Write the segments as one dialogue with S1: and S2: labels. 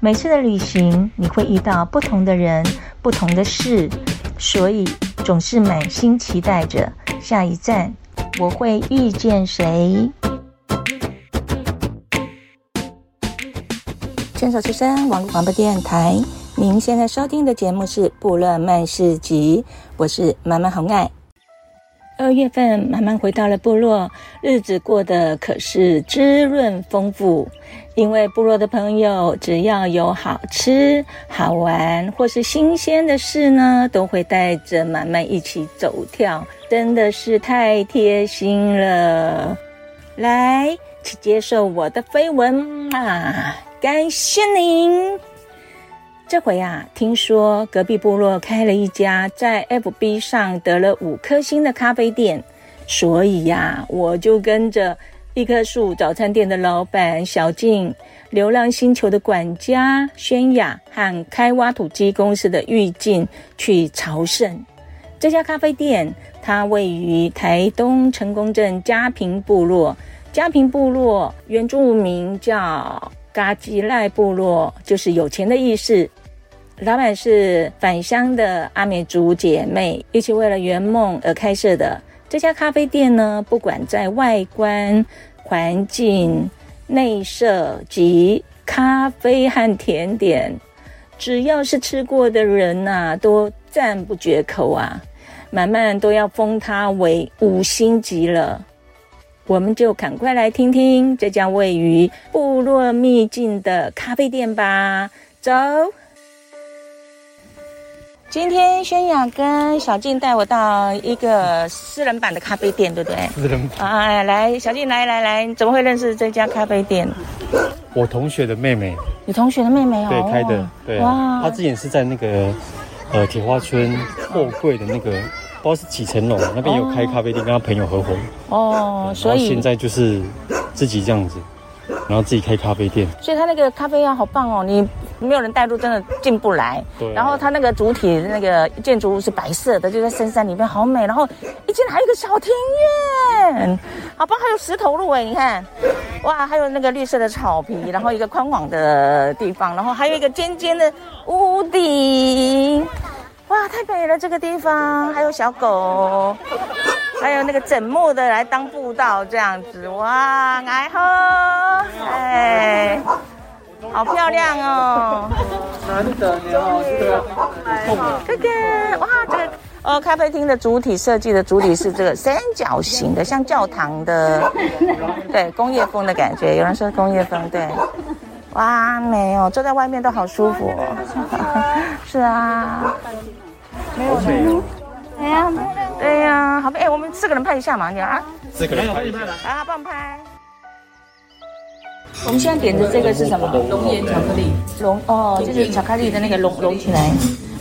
S1: 每次的旅行，你会遇到不同的人、不同的事，所以总是满心期待着下一站我会遇见谁。
S2: 牵手之声网络广播电台。您现在收听的节目是《布勒曼市集》，我是满满红爱。二月份，满满回到了部落，日子过得可是滋润丰富。因为部落的朋友，只要有好吃、好玩或是新鲜的事呢，都会带着满满一起走跳，真的是太贴心了。来，请接受我的飞吻啊！感谢您。这回啊，听说隔壁部落开了一家在 FB 上得了五颗星的咖啡店，所以呀、我就跟着一棵树早餐店的老板小静、流浪星球的管家轩雅和开挖土机公司的玉静去朝圣。这家咖啡店它位于台东成功镇嘉平部落，嘉平部落原住民叫嘎吉赖部落，就是有钱的意思。老板是返乡的阿美族姐妹，一起为了圆梦而开设的这家咖啡店呢，不管在外观、环境、内设及咖啡和甜点，只要是吃过的人呐、都赞不绝口啊，满满都要封它为五星级了。我们就赶快来听听这家位于部落秘境的咖啡店吧，走。今天轩雅跟小静带我到一个私人版的咖啡店，对不对？
S3: 私人，
S2: 啊，来，小静，来来来，你怎么会认识这家咖啡店？
S3: 我同学的妹妹
S2: 你同学的妹妹哦，
S3: 对开的，对啊，
S2: 哇
S3: 她之前是在那个呃铁花村货柜的那个，不知道是几层楼那边有开咖啡店，跟她朋友合伙，
S2: 哦，所
S3: 然后
S2: 以
S3: 现在就是自己这样子，然后自己开咖啡店，
S2: 所以他那个咖啡啊，好棒哦，你没有人带路，真的进不来。
S3: 对
S2: 然后它那个主体那个建筑物是白色的，就在深山里面，好美。然后一进来还有一个小庭院，好棒，还有石头路哎，你看，哇，还有那个绿色的草皮，然后一个宽广的地方，然后还有一个尖尖的屋顶，哇，太美了这个地方，还有小狗。还有那个整木的来当步道这样子，哇，哎呵，哎，好漂亮哦！哥哥，哇，这个呃咖啡厅的主体设计的主体是这个三角形的，像教堂的，对，工业风的感觉。有人说工业风，对，哇，没有，坐在外面都好舒服、哦。是啊，
S3: 好美哦，
S2: 对呀、好，哎、我们四个人拍一下嘛，你啊，
S3: 这个
S2: 啊，帮我拍。我们现在点的这个是什么？
S4: 龙眼巧克力，
S2: 融哦，就是巧克力的那个融融起来。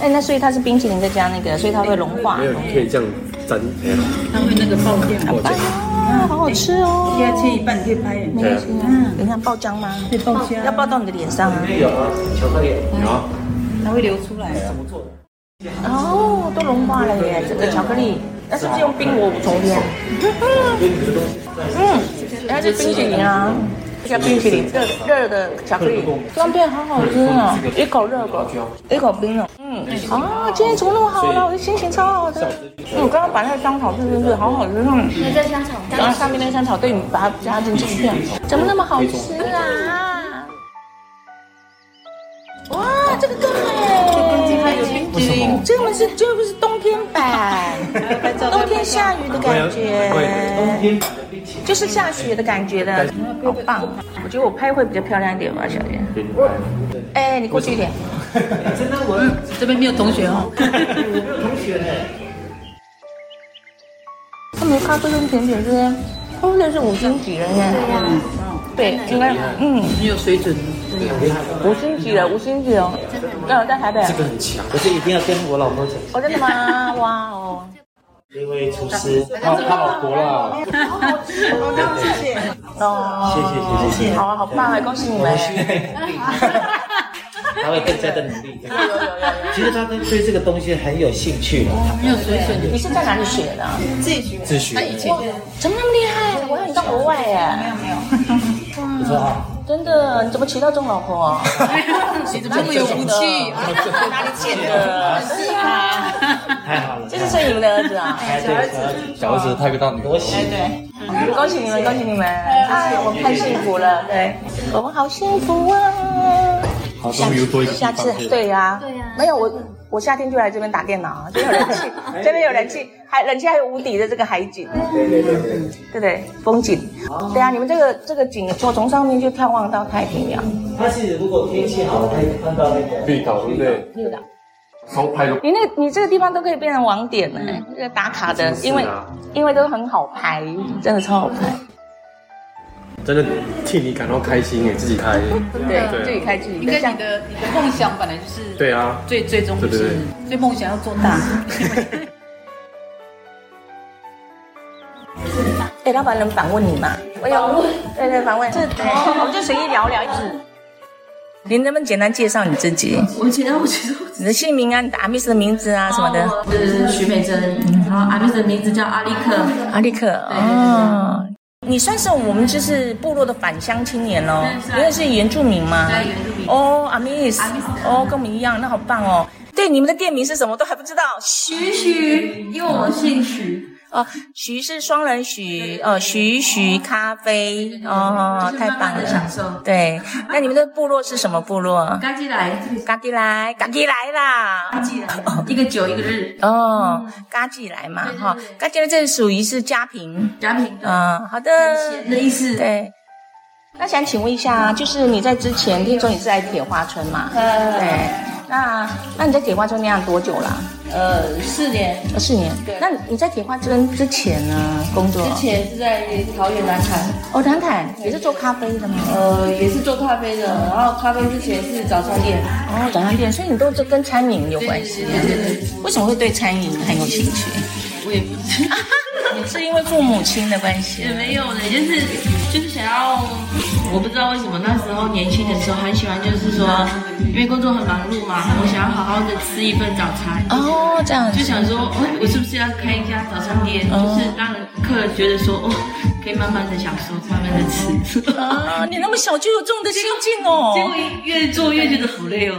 S2: 哎，那所以它是冰淇淋再加那个，所以它会融化。
S5: 可以这样哎粘，
S4: 它会那个爆浆，
S2: 哎呀，好好吃哦！
S4: 现在切一半，你可以拍眼睛，
S2: 啊等一下爆浆吗？
S4: 可以爆浆，
S2: 要爆到你的脸上啊！
S4: 它会流出来。
S2: 哦，都融化了耶，整个巧克力。那是不是用冰我无从腌？嗯，它是冰淇淋啊，加冰淇淋，热热的巧克力，方便好好吃哦，一口热狗，一口冰哦。嗯，啊，今天怎么那么好了？我的心情超好的。嗯，我刚刚把那个香草，对对对，好好吃哦。
S6: 那个香草，
S2: 然后上面那个香草对你把它加进去，怎么那么好吃
S6: 嗯
S2: 啊？哇，这个更美！
S3: 为什么？
S2: 这个是这个是冬天版，冬天下雨的感觉，就是下雪的感觉的，好棒！我觉得我拍会比较漂亮一点吧，小姐。哎，你过去一 点。
S4: 这边没有同学
S2: 嗯
S4: 哦，
S2: 哦他们的咖啡跟甜点之间，真的是五星级了耶！
S6: 对呀、
S2: 对，应该嗯。
S4: 没有水准。
S2: 五星级的，五星级哦，那有在台北，
S5: 这个很强，可是一定要跟我老婆讲，
S2: 哦，真的吗？哇哦，
S5: 因为厨师
S3: 他他老婆啦，
S2: 哦，
S5: 谢谢谢谢谢谢，
S2: 好啊，好棒啊，恭喜你们！
S5: 他会更加的努 力。
S2: 有有有有，
S5: 其实他跟对这个东西很有兴趣的，
S4: 没有水准，
S2: 你是在哪里学的啊？啊
S5: 自学
S2: 怎么那么厉害？我想你到国外耶！
S5: 不错啊，
S2: 真的，你怎么娶到这种老婆啊？
S4: 你怎么这么有福气？
S2: 哪里捡的？是啊，
S5: 太好了，
S2: 这是摄影的儿子啊！
S5: 哎对小
S6: 小儿子太大，你
S5: 我喜
S2: 嗯恭喜你们，恭喜你们！哎，我们太幸福了，对，我们好幸福啊！
S6: 好，终于多一个地
S2: 下
S6: 方
S2: 次
S6: 可以
S2: 对呀、
S7: 对呀
S2: 没有我，我夏天就来这边打电脑 啊，这边有冷气，这边有冷气，还冷气还有无敌的这个海景，对对对对风景，对啊，你们这个这个景，从从上面就眺望到太平洋，
S5: 他其实如果天气好，可以看到那个
S6: 绿岛，对不对？
S2: 绿岛，
S6: 超拍的，
S2: 你那你这个地方都可以变成网点呢、
S6: 嗯
S2: 那个打卡的，
S6: 啊
S2: 因为因为都很好拍，真的超好拍，
S6: 真的替你感到开心耶，自己开。
S2: 对，自己开自己
S4: 应该
S2: 开，
S4: 你的你的梦想本来就是
S6: 对啊，
S4: 最最终
S6: 对
S4: 是
S6: 对，
S4: 所以梦想要做大。
S2: 哎，老板能访问你吗？我有问，对对，访问，这我们就随意聊聊。您能不能简单介绍你自己？
S8: 我其他我其实我
S2: 你的姓名啊，你的阿密斯的名字啊什么的。
S8: 我是徐美珍，然后阿妹的名字叫阿力克，
S2: 阿力克哦，你算是我们就是部落的返乡青年喽
S8: 对是，啊
S2: 因为是原住民嘛。
S8: 对原住民
S2: 哦，阿密斯
S8: 阿密斯，
S2: 哦，跟我们一样，那好棒哦。对，你们的店名是什么都还不知道。徐
S8: 徐徐，因为我姓徐，
S2: 哦，徐是双人徐，哦，徐徐咖啡，
S9: 啊
S2: 哦，
S8: 就是
S2: 太
S8: 慢
S2: 棒
S8: 慢的享
S2: 了。
S8: 受。
S2: 对，那你们的部落是什么部落？
S8: 刚进来，
S2: 嘎吉来，嘎吉来啦！
S8: 进来一
S9: 嗯
S8: 个九一个日，
S2: 哦，嘎吉来嘛
S8: 对对
S2: 哈
S8: 对，
S2: 嘎吉来这属于是家贫。
S8: 贾品的
S2: 嗯，好的。
S8: 闲的意思。
S2: 对。那想请问一下，就是你在之前听说你是在铁花村嘛？对。那那你在铁花村那样多久啦？
S9: 呃，四年
S2: 呃四年。对。那你在铁花村之前呢？工作？
S9: 之前是在桃园南坎，
S2: 哦，谈谈也是做咖啡的吗？
S9: 呃，也是做咖啡的，然后咖啡之前是早餐店，
S2: 哦，早餐店，所以你都是跟餐饮有关系。为什么会对餐饮很有兴趣？
S9: 我也不 知道，
S2: 是因为父母亲的关系
S9: 也没有的，就是就是想要，我不知道为什么那时候年轻的时候很喜欢，就是说，因为工作很忙碌嘛，我想要好好的吃一份早餐。
S2: 哦，这样
S9: 就
S2: 子。
S9: 想说，哦，我是不是要开一家早餐店？
S2: 哦
S9: 就是让客人觉得说，哦，可以慢慢的享受，慢慢的 吃。
S2: 啊，你那么小就有这种的心境哦。
S9: 结果越做越觉得好累 哦。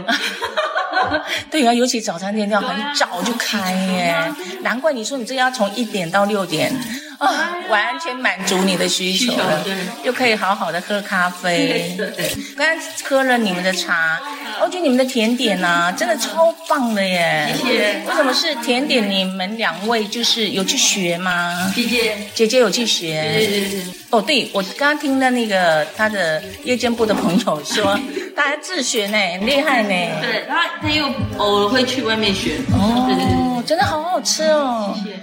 S2: 对啊，尤其早餐店要很
S9: 对啊
S2: 早就开耶，难怪你说你这要从一点到六点，啊，完全满足你的需求了
S9: 需求，
S2: 又可以好好的喝咖啡
S9: 对对。
S2: 刚刚喝了你们的茶，我觉得你们的甜点啊，真的超棒的耶！
S9: 谢谢
S2: 为什么是甜点？你们两位就是有去学吗？
S9: 姐姐，
S2: 姐姐有去学，
S9: 对对对。
S2: 哦，对，我刚刚听了那个他的夜间部的朋友说，大家自学呢，很厉害呢。
S9: 对，然后他又偶尔会去外面学。对对对
S2: 哦，真的好好吃哦！
S9: 对，谢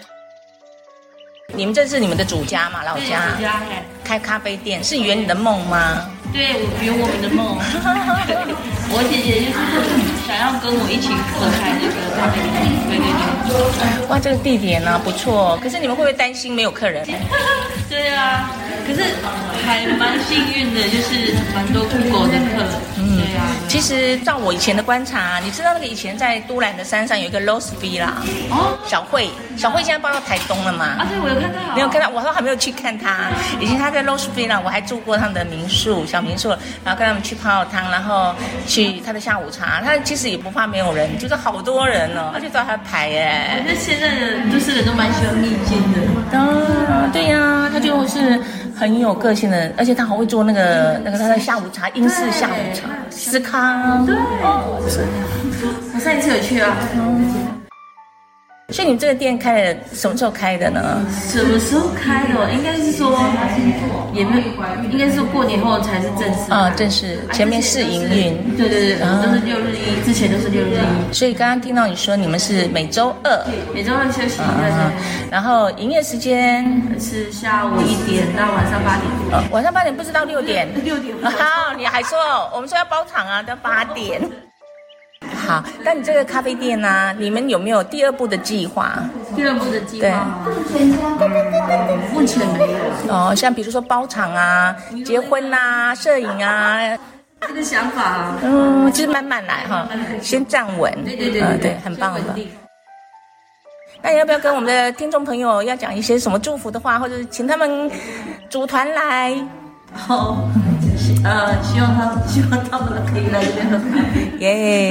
S2: 你们这是你们的主家嘛，老
S9: 谢。
S2: 家
S9: 对，家嘿，
S2: 开咖啡店是圆你的梦 吗？
S9: 对我圆我们的梦。我姐姐就是想要跟我一起合开这个咖啡店。对对对。
S2: 哇，这个地点呢、不错，可是你们会不会担心没有客人？
S9: 对啊，可是还蛮幸运的，就是蛮多 Google 的课。
S2: 嗯
S9: 对啊。
S2: 其实照我以前的观察，你知道那个以前在都兰的山上有一个 Rose Bee 啦，
S9: 哦
S2: 小慧，小慧现在搬到台东了嘛
S9: 啊，？对，我有看到。
S2: 没有看到，我都还没有去看他。以前他在 Rose Bay 呢，我还住过他们的民宿，小民宿，然后跟他们去泡汤，然后去他的下午茶。他其实也不怕没有人，就是好多人哦，而且都还排
S9: 我
S2: 耶。
S9: 觉得现在的就是人都蛮喜欢逆境的，
S2: 啊，对呀、他就是很有个性的，而且他还会做那个那个他的下午茶，英式下午茶，司康。对，
S9: 我上一次有去啊，
S2: 所以你们这个店开了什么时候开的呢？
S9: 什么时候开的？哦应该是说也没有，应该是过年后才是正式开。
S2: 啊正式前面试营运嗯啊
S9: 啊之前都是对对对，我们都是六日一，之前都是六日一，
S2: 所以刚刚听到你说你们是每周二，
S9: 每周二休息一
S2: 啊
S9: 下，
S2: 嗯然后营业时间、
S9: 是下午一点到晚上八点。
S2: 呃晚上八点，不知道六点。
S9: 六点
S2: 好、你还说我们说要包场啊，到八点。好，那你这个咖啡店呢、啊你们有没有第二步的计划？
S9: 第二步的计划吗？嗯目前没有。
S2: 哦，像比如说包场啊、结婚啊、摄影啊，
S9: 这个想法啊，
S2: 嗯，就是慢慢来哈，先站稳。
S9: 对对对
S2: 呃对，很棒
S9: 稳
S2: 的。
S9: 定
S2: 那要不要跟我们的听众朋友要讲一些什么祝福的话，或者是请他们组团来？
S9: 然后，呃，希望他 希望他们可以来这边喝咖啡。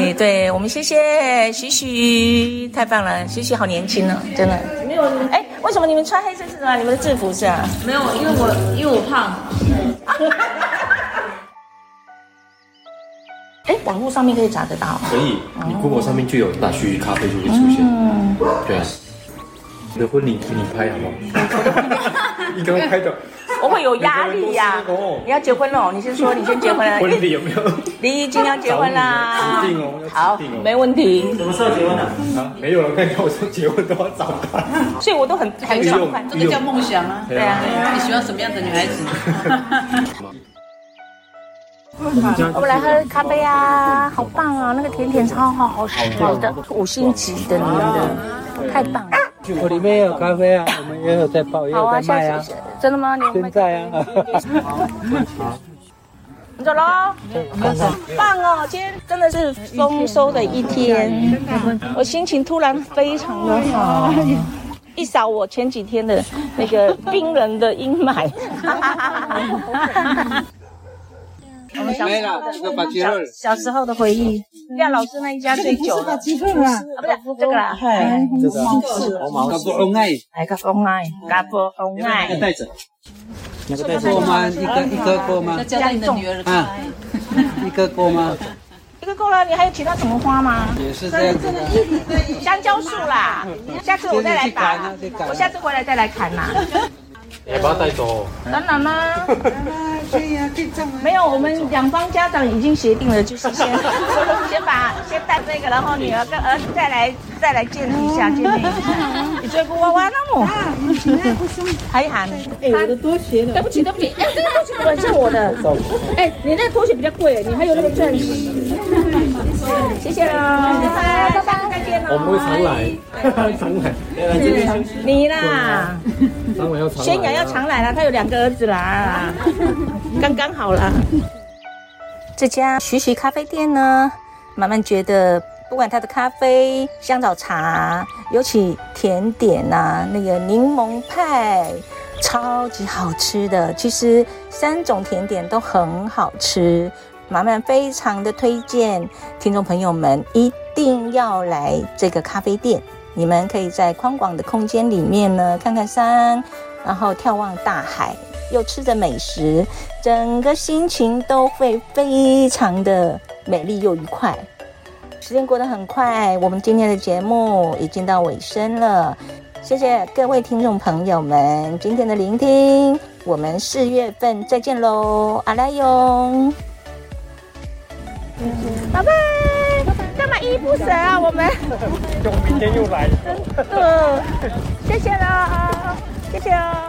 S2: 耶、对我们谢谢徐徐，太棒了，徐徐好年轻哦，真的。没有，哎，为什么你们穿黑色是什么？你们的制服是啊？
S9: 没有，因为我因为我胖，
S2: 哎，网络上面可以找得到。哦
S6: 可以，你 Google 上面就有打须咖啡就会出现。对啊，你的婚礼给你拍好 吗？你刚刚拍的
S2: 我会有压力呀、你要结婚了，哦你先说，你先结婚了。
S6: 婚礼有没有？
S2: 你已经要结婚啦
S6: 指。定哦，要
S2: 好
S6: 指定，
S2: 没
S6: 哦。
S2: 问题。
S5: 什么时候结婚啊？
S6: 啊，没有人看到我说结婚都要找他。
S2: 所以我都很很
S6: 不
S2: 爽
S6: 用
S2: 快。
S4: 这个叫梦想啊！
S6: 对啊，
S4: 你喜欢什么样的女孩子？
S2: 我们来喝咖啡啊，好棒啊！那个甜点超好，好吃的，五星级的，你们的太棒了。
S10: 我里面也有咖啡啊，我们也有在泡，也
S2: 好
S10: 有
S2: 啊，
S10: 在卖
S2: 下
S10: 啊
S2: 次，真的吗？你们
S10: 现在啊，
S2: 你走喽，棒哦！今天真的是丰收的一天，我心情突然非常的好，一扫我前几天的那个冰冷的阴霾。我们小
S10: 没
S2: 时候
S4: 啊
S10: 了
S2: 的，
S10: 这个把鸡肉，
S2: 小时候的回忆，廖老师那一家最久了，啊，不是这个啦，
S4: 哎
S10: 这个它不恩爱，
S2: 哎，咖啡爱，咖啡爱
S10: 要。带着。够吗？一个一个够吗
S4: 那？叫到你的女儿
S10: 啊，一个够吗？
S2: 一个够了，你还有其他什么花吗？
S10: 也是这样子的。
S2: 香蕉树 啦，下次我再来拔
S10: 现在去砍啊去砍，啊
S2: 我下次回来再来砍 啦。
S6: 你还把他带走哦。
S2: 当然 啦，没有，我们两方家长已经协定了，就是先 先把先带这个，然后女儿跟儿子再来再来见一下，见面一下。 你追过娃娃那么？还喊？哎，我的拖鞋呢？对不起，对不起，哎，这个拖鞋本来是我的。哎，你那个拖鞋比较贵，你还有那个钻石。 谢谢啦，拜拜，拜拜，再见
S6: 我
S2: 喽。
S6: 们会常来， 常来，
S2: 你啦。
S6: 常来要常来。
S2: 轩阳要常来啦，他有两个儿子啦，刚刚好啦。
S1: 这家徐徐咖啡店呢，慢慢觉得
S2: 不管他的咖啡、香草茶，尤其甜点啊，那个柠檬派，超级好吃的。其实三种甜点都很好吃，满满非常的推荐听众朋友们一定要来这个咖啡店。你们可以在宽广的空间里面呢，看看山，然后眺望大海，又吃着美食，整个心情都会非常的美丽又愉快。时间过得很快，我们今天的节目已经到尾声了。谢谢各位听众朋友们今天的聆听，我们四月份再见喽，阿拉勇，拜拜。干嘛依依不舍啊？我们
S3: 明天又来。
S2: 真的，谢谢了啊，谢谢哦。